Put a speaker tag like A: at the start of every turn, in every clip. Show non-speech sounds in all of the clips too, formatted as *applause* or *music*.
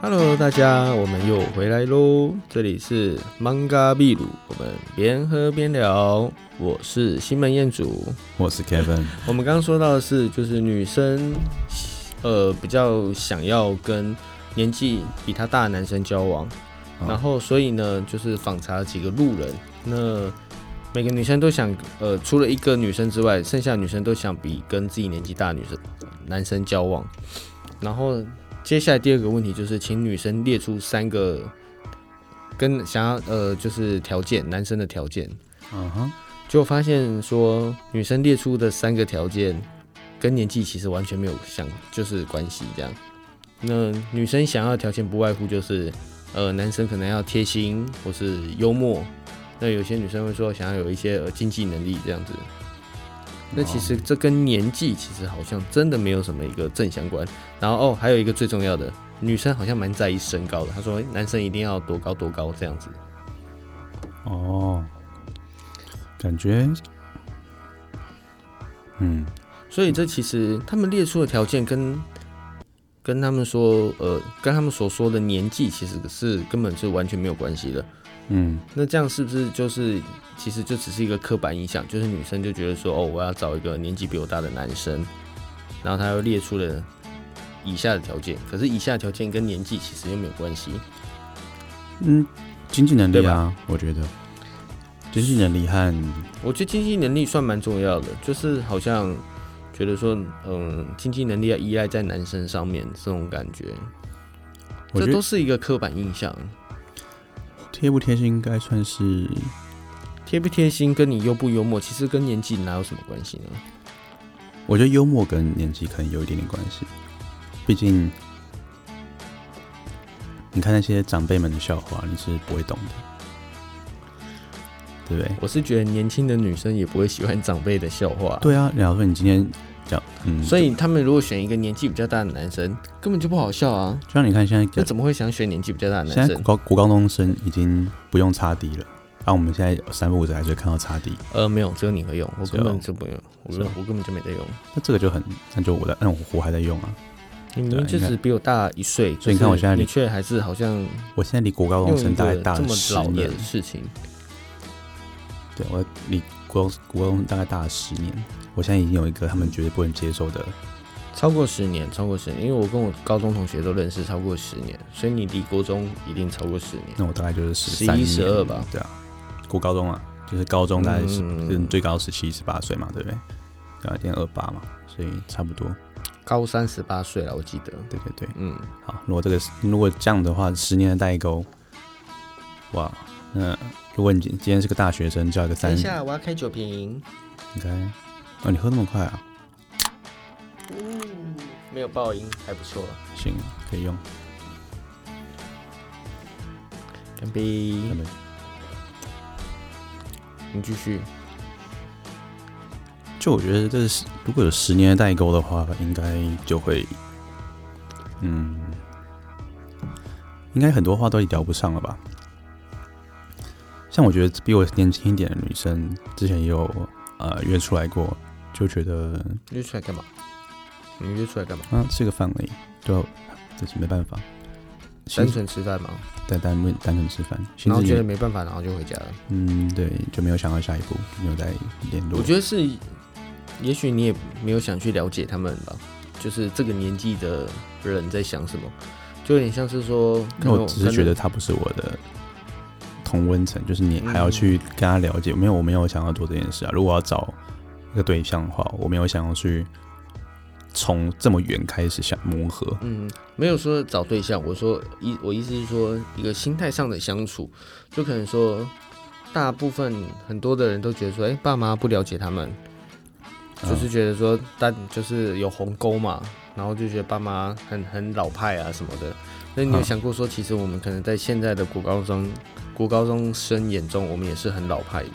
A: Hello，大家，我们又回来喽！这里是 Manga 秘鲁，我们边喝边聊。我是西门彦祖。
B: 我是 Kevin，
A: 我们刚刚说到的是，就是女生，呃，比较想要跟年纪比她大的男生交往，
B: 嗯
A: 然后所以呢，就是访查了几个路人，那每个女生都想，呃，除了一个女生之外，剩下的女生都想比跟自己年纪大的女生男生交往。然后接下来第二个问题就是，请女生列出三个跟想要呃就是条件男生的条件，
B: 嗯哼，
A: 就发现说女生列出的三个条件跟年纪其实完全没有相，就是关系这样。那女生想要的条件不外乎就是，呃，男生可能要贴心或是幽默，那有些女生会说想要有一些呃经济能力这样子。那其实这跟年纪其实好像真的没有什么一个正相关。然后哦，还有一个最重要的，女生好像蛮在意身高的，她说诶哎男生一定要多高多高这样子。
B: 哦，感觉，嗯，
A: 所以这其实他们列出的条件跟跟他们说，呃，跟他们所说的年纪其实是根本是完全没有关系的。
B: 嗯，
A: 那这样是不是就是其实就只是一个刻板印象，就是女生就觉得说，哦，我要找一个年纪比我大的男生，然后他又列出了以下的条件，可是以下条件跟年纪其实又没有关系。
B: 嗯，经济能
A: 对
B: 力啊，我觉得经济能力和
A: 我觉得经济能力算蛮重要的，就是好像觉得说，嗯，经济能力要依赖在男生上面这种感觉，
B: 我
A: 这
B: 觉
A: 都
B: 得
A: 是一个刻板印象。
B: 贴不贴心应该算是，
A: 贴不贴心跟你幽不幽默，其实跟年纪哪有什么关系呢？
B: 我觉得幽默跟年纪可能有一点点关系，毕竟你看那些长辈们的笑话，你是不会懂的，对不对？
A: 我是觉得年轻的女生也不会喜欢长辈的笑话，
B: 对啊，假如说你今天讲，嗯，
A: 所以他们如果选一个年纪比较大的男生，根本就不好笑啊！
B: 就像你看现在
A: 那怎么会想选年纪比较大的男
B: 现在
A: 生？
B: 国高国高中生已经不用擦底了，啊，我们现在三不五时还是会看到擦底，
A: 呃，没有，只有你会用，我
B: 是
A: 根
B: 哦
A: 本就不用，我
B: 是哦
A: 我根本就没在用。
B: 那这个就很，那就我在，那我我还在用啊，
A: 你
B: 对
A: 明
B: 啊
A: 明就
B: 你看
A: 只比我大一岁，
B: 所以你看我现在
A: 可是你却还是好像
B: 我现在离国高中
A: 用一
B: 生大概
A: 个
B: 大
A: 这
B: 了
A: 么
B: 十
A: 老
B: 年
A: 的，事情。
B: 对我离国高国高中大概大了十年，我现在已经有一个他们绝对不能接受的，
A: 超过十年，超过十年，因为我跟我高中同学都认识超过十年，所以你离国中一定超过十年。
B: 那我大概就是
A: 11
B: 13
A: 12吧，
B: 对啊，国高中啊，就是高中大概是、
A: 嗯
B: 是最高十七十八岁嘛，对不对？对啊，一点二八嘛，所以差不多，
A: 高三十八岁了，我记得。
B: 对对对。
A: 嗯，
B: 好，如果这个是如果这样的话，十年的代沟，哇，那如果你今今天是个大学生，叫一个
A: 等
B: 三
A: 一
B: 十，
A: 下，我要开酒瓶，
B: 应该，哦，你喝那么快啊？
A: 没有爆音，还不错。
B: 行，可以用，
A: 干杯！
B: 那么
A: 你继续。
B: 就我觉得这是如果有十年的代沟的话，应该就会，嗯，应该很多话都聊不上了吧？像我觉得比我年轻一点的女生，之前也有呃约出来过，就觉得
A: 约出来干嘛？你约出来干嘛？
B: 啊，吃个饭而已，就这是没办法。
A: 单纯吃饭吗？
B: 在单位单纯吃饭，薪
A: 然后
B: 资
A: 觉得
B: 也
A: 没办法，然后就回家了。
B: 嗯对，就没有想到下一步，没有再联络。
A: 我觉得是，也许你也没有想去了解他们吧，就是这个年纪的人在想什么，就有点像是说，可
B: 那
A: 能嗯
B: 我只是觉得
A: 可
B: 他不是我的同温层，就是你还要去跟他了解。没有，我没有想要做这件事啊。如果我要找一个对象的话，我没有想要去从这么远开始想磨合。
A: 能，嗯，没有说找对象，我说意我意思是说一个心态上的相处，就可能说，大部分很多的人都觉得说，哎、爸妈不了解他们，嗯
B: 啊
A: 就是觉得说，但就是有鸿沟嘛，然后就觉得爸妈很很老派啊什么的。那你有
B: 嗯
A: 想过说，其实我们可能在现在的国高中国高中生眼中，我们也是很老派的。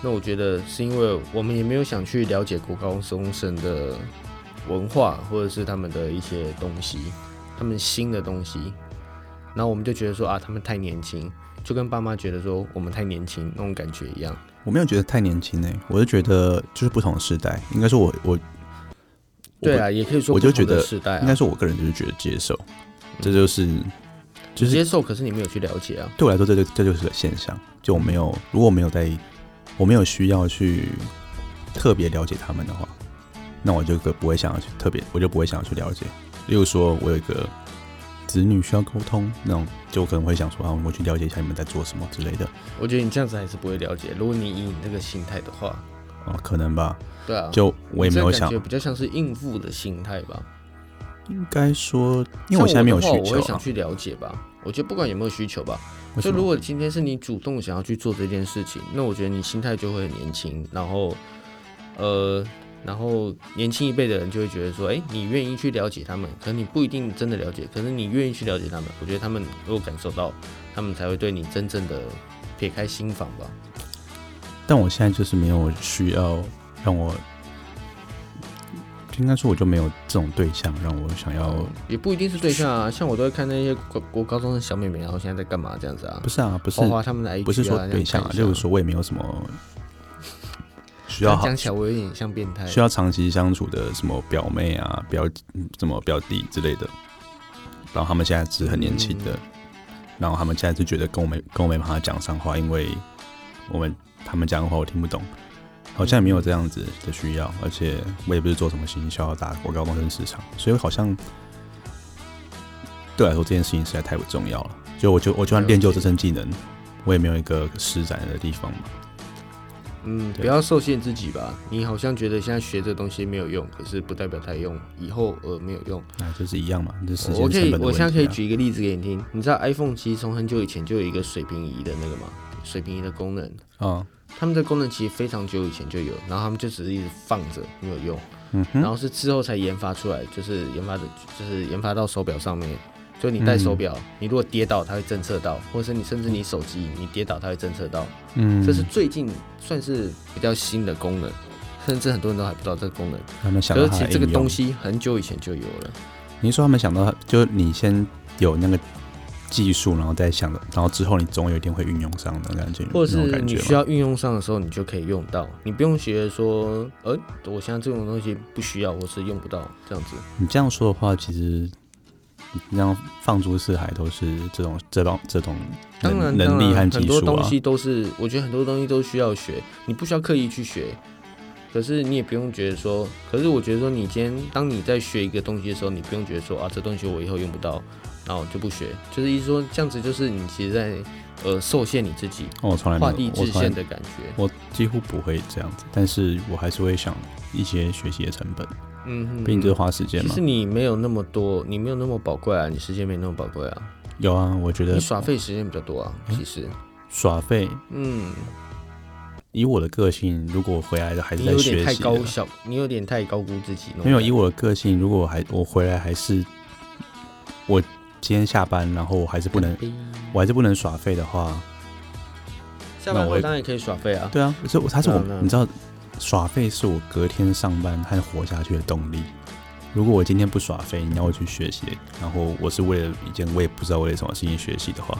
A: 那我觉得是因为我们也没有想去了解国高中生的文化，或者是他们的一些东西，他们新的东西。然后我们就觉得说啊，他们太年轻，就跟爸妈觉得说我们太年轻那种感觉一样。
B: 我没有觉得太年轻哎、我就觉得就是不同的时代，应该说我我我
A: 对
B: 不
A: 啊，也可以说
B: 我就
A: 不同
B: 觉
A: 的
B: 得
A: 时代啊
B: 应该说，我个人就是觉得接受，这就是就
A: 接
B: 是
A: 受，可是你没有去了解啊。
B: 对我来说，这就这就是个现象。就我没有，如果我没有在，我没有需要去特别了解他们的话，那我就个不会想要去特别，我就不会想要去了解。例如说，我有一个子女需要沟通那种，就我可能会想说啊，我去了解一下你们在做什么之类的。
A: 我觉得你这样子还是不会了解。如果你以你这个心态的话，
B: 哦，可能吧。
A: 对啊，
B: 就我也没有想
A: 这个感觉，比较像是应付的心态吧。
B: 应该说，因为我现在没有需
A: 像我的话
B: 求、
A: 我会
B: 啊
A: 想。去了解吧。我觉得不管有没有需求吧，
B: 为
A: 就
B: 什么
A: 如果今天是你主动想要去做这件事情，那我觉得你心态就会很年轻，然后，呃，然后年轻一辈的人就会觉得说，哎、你愿意去了解他们，可能你不一定真的了解，可是你愿意去了解他们，我觉得他们如果感受到，他们才会对你真正的撇开心房吧。
B: 但我现在就是没有需要让我，就应该说我就没有这种对象让我想要，
A: 也不一定是对象啊，像我都会看那些国国高中的小妹妹，然后现在在干嘛这样子啊
B: 不，是啊，不是
A: 花花他们的 IG 啊，
B: 不是说对象啊，就是说我也没有什么需要好
A: 讲起来我有点像变态，
B: 需要长期相处的什么表妹啊、表嗯什么表弟之类的。然后他们现在是很年轻的，
A: 嗯
B: 然后他们现在就觉得跟我没跟我没办法讲上话，因为我们他们讲的话我听不懂。好像也没有这样子的需要，而且我也不是做什么行销打广告陌生市场，所以好像对我来啊说这件事情实在太不重要了。就我就我就
A: 嗯
B: 算练就这身技能，我也没有一个施展的地方嘛。
A: 嗯，
B: 对
A: 不要受限自己吧。你好像觉得现在学这东西没有用，可是不代表它有用，以后呃没有用。
B: 那就是一样嘛，这时
A: 我
B: 间
A: 可
B: 成
A: 以，
B: 本
A: 我
B: 的问题、
A: 现
B: 啊。
A: 在可以举一个例子给你听。你知道 iPhone 其实从很久以前就有一个水平仪的那个嘛，水平仪的功能，
B: 啊，
A: 他们的功能其实非常久以前就有，然后他们就只是一直放着没有用，
B: 嗯
A: 然后是之后才研发出来，就是研发的，就是研发到手表上面。就你戴手
B: 嗯
A: 表，你如果跌倒，它会侦测到，或者是你甚至你手机你跌倒，它会侦测到。
B: 嗯，
A: 这是最近算是比较新的功能，甚至很多人都还不知道这个功能。
B: 他们想
A: 可是
B: 到它
A: 其
B: 的
A: 实这个
B: 应用
A: 东，西很久以前就有了，
B: 你是说他们想到它，就是你先有那个技术，然后再想的，然后之后你总有一天会运用上的感觉，
A: 或者
B: 嗯那种
A: 是
B: 感
A: 你
B: 觉
A: 需
B: 吗
A: 要运用上的时候，你就可以用到，你不用学说，呃，我现在这种东西不需要，或是用不到这样子。
B: 你这样说的话，其实你这样放诸四海都是这种这种这种
A: 当然，
B: 能能
A: 当
B: 力
A: 然
B: 和
A: 很
B: 技
A: 多
B: 术
A: 东
B: 啊。
A: 西都是，我觉得很多东西都需要学，你不需要刻意去学。可是你也不用觉得说，可是我觉得说，你今天当你在学一个东西的时候，你不用觉得说啊，这东西我以后用不到，然后就不学，就是一说这样子，就是你其实在呃受限你自己，
B: 哦我从来没
A: 画
B: 有
A: 地，
B: 我
A: 自
B: 从来
A: 限的感觉。
B: 我几乎不会这样子，但是我还是会想一些学习的成本，
A: 嗯哼，
B: 毕竟这是花时间
A: 其
B: 嘛
A: 实。你没有那么多，你没有那么宝贵啊，你时间没那么宝贵啊，
B: 有啊，我觉
A: 你
B: 得
A: 耍费时间比较多啊，其实，
B: 耍费，
A: 嗯，
B: 以我的个性，如果回来的还是
A: 你
B: 在
A: 有
B: 学习
A: 点
B: 的
A: 太高
B: 话
A: 小，你有点太高估自己那种感觉。
B: 没有，以我的个性，如果我还我回来还是我今天下班，然后我还是不能，
A: 哎
B: 我还是不能耍废的话，
A: 下
B: 那
A: 班
B: 我
A: 后
B: 也
A: 当然也可以耍废啊。
B: 对啊，是我他是我
A: 那那，
B: 你知道，耍废是我隔天上班和活下去的动力。如果我今天不耍废，你要我去学习，然后我是为了一件我也不知道为了什么事情学习的话，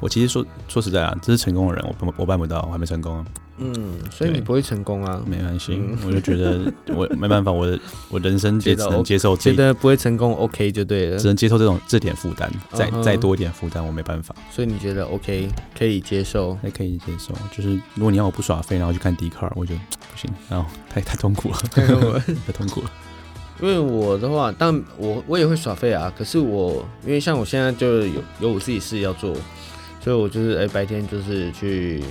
B: 我其实说说实在啊，这是成功的人，我办我办不到，我还没成功啊，
A: 嗯，所以
B: 对
A: 你不会成功啊。
B: 没关系
A: 嗯，
B: 我就觉得我没办法，我的我人生也
A: 觉得
B: 只能
A: OK，
B: 接受这
A: 觉
B: 一
A: 得不会成功，OK 就对了
B: 只。能接受这种这点负担，再、
A: 嗯哼
B: 再多一点负担我没办法，
A: 所以你觉得 OK 可以接
B: *laughs*
A: 受？
B: 还可以接受。就是如果你要我不耍废，然后去看 D car，我觉得不行，然后太太痛苦了，太痛苦了。
A: 因为我的话，但我我也会耍废啊。可是我因为像我现在就有有我自己事要做，所以我就是哎、白天就是去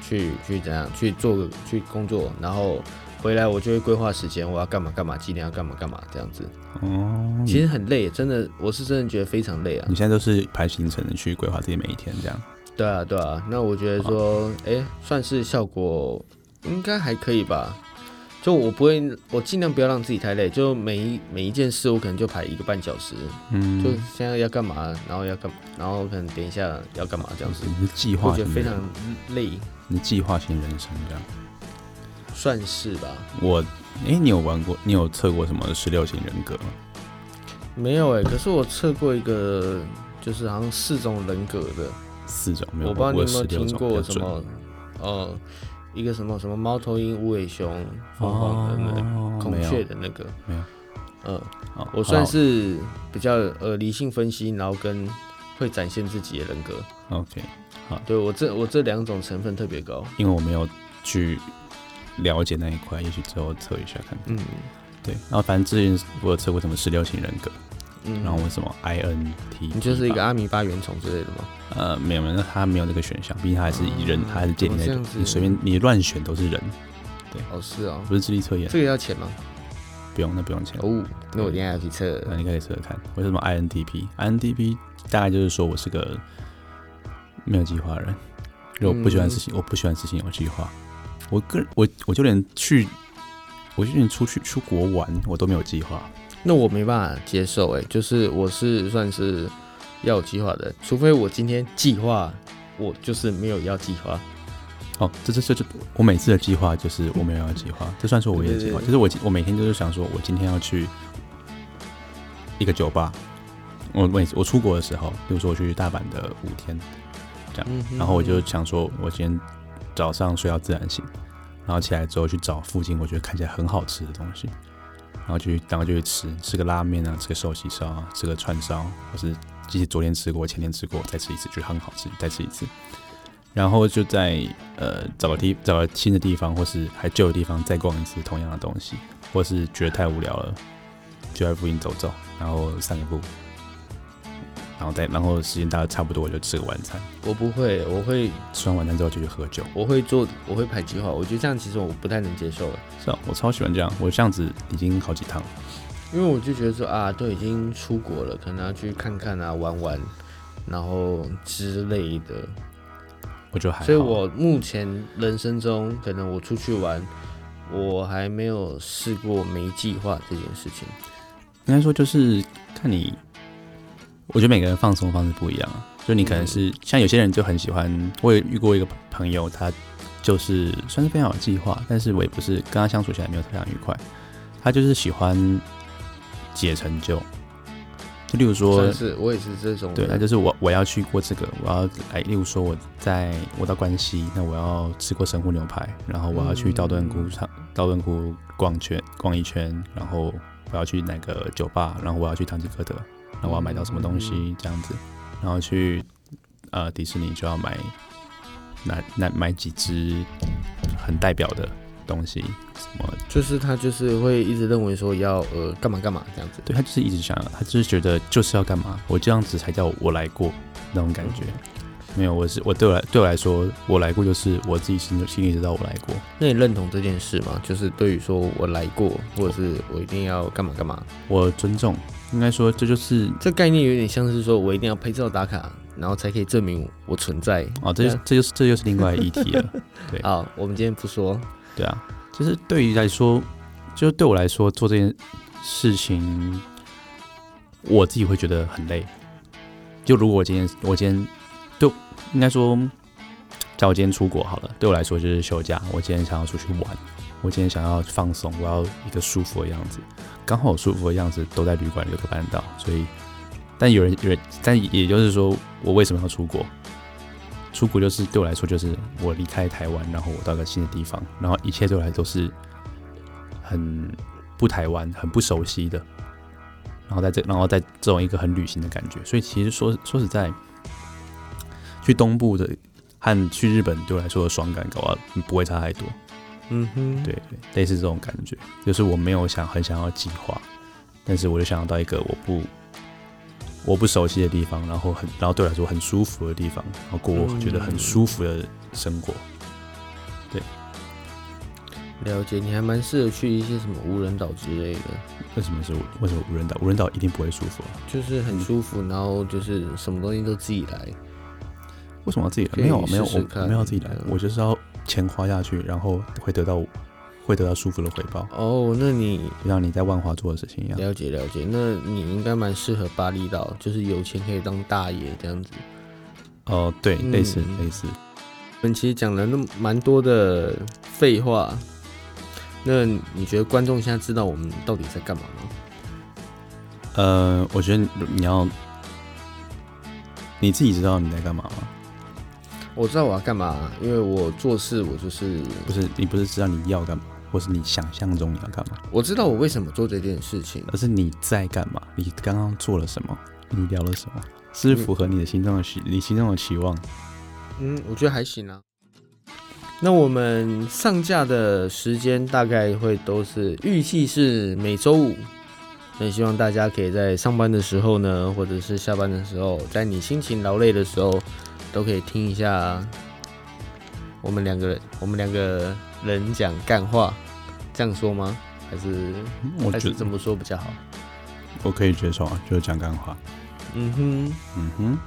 A: 去去怎样去做个去工作，然后回来我就会规划时间，我要干嘛干嘛，几点要干嘛干嘛这样子。
B: 哦，
A: 其实很累，真的，我是真的觉得非常累啊
B: 你。现在都是排行程的去规划自己每一天这样。
A: 对啊，对啊，那我觉得说，哎、算是效果应该还可以吧。就我不会，我尽量不要让自己太累。就每一每一件事，我可能就排一个半小时。
B: 嗯，
A: 就现在要干嘛，然后要干，然后可能等一下要干嘛这样子。
B: 你是计
A: 我
B: 划
A: 觉得
B: 型
A: 非
B: 的人，
A: 常累，
B: 你计划型人生这样。
A: 算是吧。
B: 我，哎、你有玩过，你有测过什么十六型人格吗？
A: 没有哎、可是我测过一个，就是好像四种人格的，
B: 四种没有，
A: 我不知道你有没有
B: 十六
A: 听
B: 种
A: 过
B: 比较
A: 什
B: 准
A: 么，呃，一个什么什么猫头鹰、无尾熊、凤凰的那个
B: 哦，
A: 孔
B: 没有
A: 雀的那个，
B: 没有
A: 嗯，
B: 哦
A: 我算是比较呃理性分析，然后跟会展现自己的人格，
B: 好 OK，
A: 对我这我这两种成分特别高。
B: 因为我没有去了解那一块，也许之后测一下看。
A: 嗯
B: 对，然后反正之前我有测过什么十六型人格，
A: 嗯，
B: 然后我什么 INT，
A: 你就是一个阿米巴原虫之类的吗？
B: 呃没有没有，那他没有这个选项，毕竟他还是以人，
A: 嗯
B: 他还是建立
A: 哦
B: 那
A: 这样
B: 种
A: 子
B: 你随便你乱选都是人，
A: 哦，是哦，
B: 不是智力测验，
A: 这个要钱吗？
B: 不用那不用钱。
A: 哦，那我等一下要去测。
B: 那你可以试试看，为什么 INTP？INTP 大概就是说我是个没有计划的人，因为我不喜
A: 嗯
B: 欢事情，我不喜欢事情有计划。我个人我我就连去，我就连出去出国玩，我都没有计划。
A: 那我没办法接受、欸，哎，就是我是算是要有计划的人，除非我今天计划，我就是没有要计划。
B: 哦，这这这这，我每次的计划就是我没有要计划，这算是我唯一的计
A: 对
B: 划。
A: 对对
B: 就是我我每天就是想说，我今天要去一个酒吧。我每次我出国的时候，比如说我去大阪的五天，
A: 嗯哼
B: 然后我就想说，我今天早上睡到自然醒，然后起来之后去找附近我觉得看起来很好吃的东西，然后去然后就去吃，吃个拉面啊，吃个寿喜烧啊，吃个串烧，或是即使昨天吃过，前天吃过，再吃一次，觉得很好吃，再吃一次。然后就在呃找个地找个新的地方，或是还旧的地方再逛一次同样的东西，或是觉得太无聊了，就在附近走走，然后散个步，然后再然后时间大概差不多，我就吃个晚餐。
A: 我不会，我会
B: 吃完晚餐之后就去喝酒。
A: 我会做，我会排计划。我觉得这样其实我不太能接受，欸
B: 是啊，我超喜欢这样，我这样子已经好几趟了。
A: 因为我就觉得说啊，都已经出国了，可能要去看看啊，玩玩，然后之类的。
B: 我就还好，
A: 所以我目前人生中，可能我出去玩，我还没有试过没计划这件事情。
B: 应该说就是看你，我觉得每个人放松方式不一样啊。就你可能是、像有些人就很喜欢，我也遇过一个朋友，他就是算是非常有计划，但是我也不是跟他相处起来没有非常愉快。他就是喜欢解成就，就例如说
A: 算是我也是这种人，
B: 对，那就是我我要去过这个，我要来，例如说我在我到关西，那我要吃过神户牛排，然后我要去
A: 嗯
B: 道顿谷上道顿谷逛圈逛一圈，然后我要去哪个酒吧，然后我要去唐吉诃德，那我要买到什么东西这样子，然后去呃迪士尼就要买哪哪买几只很代表的东西，什么
A: 就是他就是会一直认为说要呃干嘛干嘛这样子。
B: 对他就是一直想要，他就是觉得就是要干嘛，我这样子才叫我来过那种感觉。没有，我是我对我来对我来说，我来过就是我自己心心里知道我来过。
A: 那你认同这件事吗？就是对于说我来过，或者是我一定要干嘛干嘛，
B: 我尊重，应该说这就是
A: 这概念有点像是说我一定要拍照打卡，然后才可以证明我存在。
B: 哦，这就
A: 对
B: 这就是这就是另外一题了。
A: 好，我们今天不说。
B: 对啊，就是对于来说，就是对我来说做这件事情，我自己会觉得很累。就如果我今天我今天对，应该说，假如我今天出国好了，对我来说就是休假。我今天想要出去玩，我今天想要放松，我要一个舒服的样子。刚好我舒服的样子都在旅馆有可办到，所以，但有人有人，但也就是说，我为什么要出国？出国就是对我来说，就是我离开台湾，然后我到一个新的地方，然后一切对我来都是很不台湾、很不熟悉的。然后在这，然后在这种一个很旅行的感觉，所以其实说说实在，去东部的和去日本对我来说的爽感，搞不好不会差太多。
A: 嗯哼，
B: 对，对，类似这种感觉，就是我没有想很想要计划，但是我就想要到一个我不我不熟悉的地方，然后很然后对我来说很舒服的地方，然后过我觉得很舒服的生活。
A: 了解。你还蛮适合去一些什么无人岛之类的，
B: 为什么是无为什么无人岛？无人岛一定不会舒服啊？
A: 就是很舒服，然后就是什么东西都自己来。
B: 为什么要自己来？
A: 可以
B: 没有没有，
A: 试试
B: 我
A: 看
B: 我没有自己来
A: 嗯，
B: 我就是要钱花下去，然后会得到会得到舒服的回报，
A: 哦，那你
B: 就像你在万华做的事情一样。
A: 了解了解，那你应该蛮适合巴厘岛，就是有钱可以当大爷这样子。
B: 哦，对，
A: 嗯
B: 类似类似。
A: 我们其实讲了那么蛮多的废话，那你觉得观众现在知道我们到底在干嘛吗？
B: 呃，我觉得你你要你自己知道你在干嘛吗？
A: 我知道我要干嘛，因为我做事我就是
B: 不是你不是知道你要干嘛？或是你想象中你要干嘛，
A: 我知道我为什么做这件事情，
B: 而是你在干嘛，你刚刚做了什么，你聊了什么，是不是符合你的心中的期，你心中的期望。
A: 嗯，我觉得还行啊。那我们上架的时间大概会都是预计是每周五，那希望大家可以在上班的时候呢，或者是下班的时候，在你心情劳累的时候，都可以听一下我们两个人，我们两个人讲干话，这样说吗？还是
B: 嗯我
A: 还
B: 觉
A: 是
B: 得
A: 这么说比较好？
B: 我可以接受啊，就是讲干话。
A: 嗯哼。
B: 嗯哼，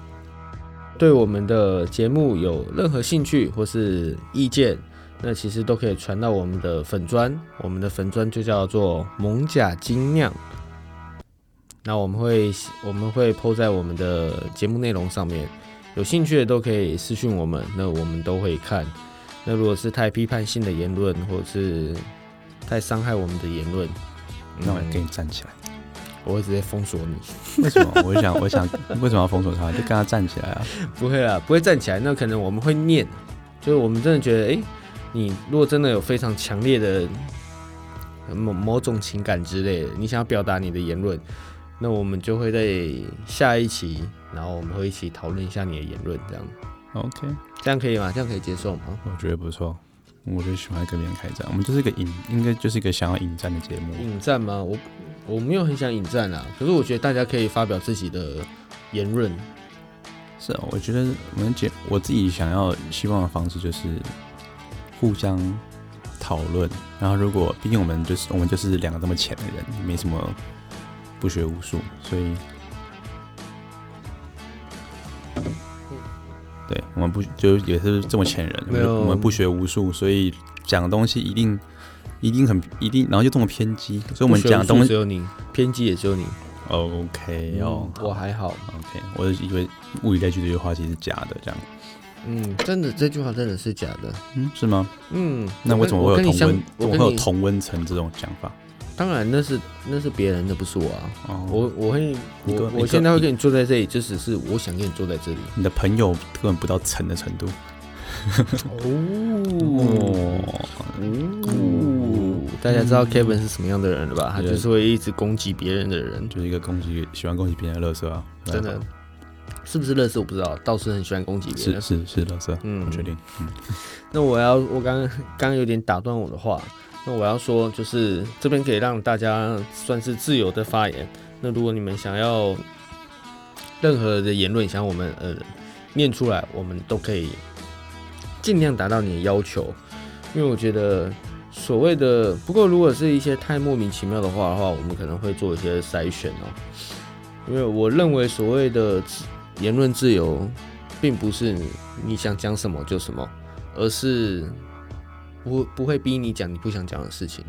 A: 对我们的节目有任何兴趣或是意见，那其实都可以传到我们的粉砖，我们的粉砖就叫做“蒙甲精酿”。那我们会我们会 PO 在我们的节目内容上面，有兴趣的都可以私讯我们，那我们都会看。那如果是太批判性的言论，或者是太伤害我们的言论，
B: 那我也
A: 嗯
B: 给你站起来。
A: 我会直接封锁你。
B: 为什么？我想，我想，为什么要封锁他？就跟他站起来啊！
A: 不会啦，不会站起来。那可能我们会念，就是我们真的觉得，哎、你如果真的有非常强烈的呃某某种情感之类的，你想要表达你的言论，那我们就会在下一期，然后我们会一起讨论一下你的言论，这样
B: OK，
A: 这样可以吗？这样可以接受吗？
B: 我觉得不错，我就喜欢跟别人开战。我们就是一个引，应该就是一个想要引战的节目。
A: 引战吗？我嗯我没有很想引战啦，可是我觉得大家可以发表自己的言论，
B: 是啊，我觉得我们节我自己想要希望的方式就是互相讨论。然后，如果毕竟我们就是我们就是两个这么浅的人，没什么不学无术，所以
A: 嗯
B: 对我们不就也是这么浅人，我
A: 没
B: 们
A: 有
B: 我们不学无术，所以讲的东西一定一定很一定，然后就这么偏激，所以我们讲的
A: 东
B: 东
A: 西
B: 西
A: 只有你，偏激也只有你，
B: OK 哦、
A: 嗯我还好，
B: OK，我就以为物以类聚这句话其实是假的，这样
A: 嗯，真的这句话真的是假的。
B: 嗯是吗？
A: 嗯，
B: 那为什么会
A: 我
B: 有
A: 跟你
B: 同
A: 相
B: 温？怎
A: 我
B: 么
A: 跟
B: 会有
A: 你
B: 同温层这种讲法？
A: 当然那是那是别人的，不是我啊。
B: 哦，
A: 我我会
B: 你跟
A: 我
B: 你
A: 我
B: 跟
A: 现在会跟你坐在这里，就只是我想跟你坐在这里。
B: 你的朋友根本不到层的程度。
A: 哦
B: 哦，
A: 哦，大家知道 Kevin 是什么样的人了吧？他
B: 对
A: 就是会一直攻击别人的人，
B: 就是一个攻击，喜欢攻击别人的乐色啊，
A: 真的。是不是乐视我不知道，倒是很喜欢攻击别
B: 是
A: 人。
B: 是是乐色，
A: 嗯
B: 我确定。嗯，
A: 那我要我刚刚刚有点打断我的话，那我要说就是这边可以让大家算是自由的发言。那如果你们想要任何的言论，想要我们呃念出来，我们都可以尽量达到你的要求，因为我觉得。所谓的，不过如果是一些太莫名其妙的话的话，我们可能会做一些筛选哦、因为我认为所谓的自言论自由，并不是你想讲什么就什么，而是不不会逼你讲你不想讲的事情。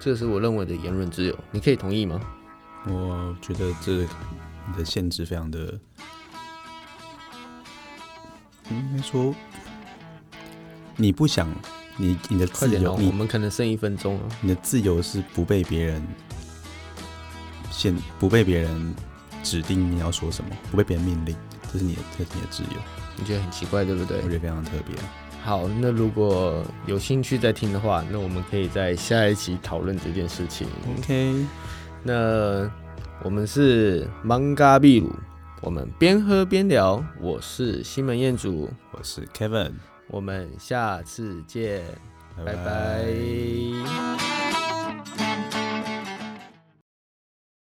A: 这是我认为的言论自由，你可以同意吗？
B: 我觉得这你的限制非常的，应该说你不想你你的
A: 快
B: 自
A: 点哦
B: 由，，
A: 我
B: 你
A: 们可能剩一分钟啊了。
B: 你的自由是不被别人限，不被别人指定你要说什么，不被别人命令，这是你的，这是你的自由，
A: 你觉得很奇怪，对不对
B: 我？觉得非常特别。
A: 好，那如果有兴趣再听的话，那我们可以在下一期讨论这件事情。
B: OK，
A: 那我们是芒嘎秘鲁，我们边喝边聊。我是西门彦祖，
B: 我是 Kevin，
A: 我们下次见，拜拜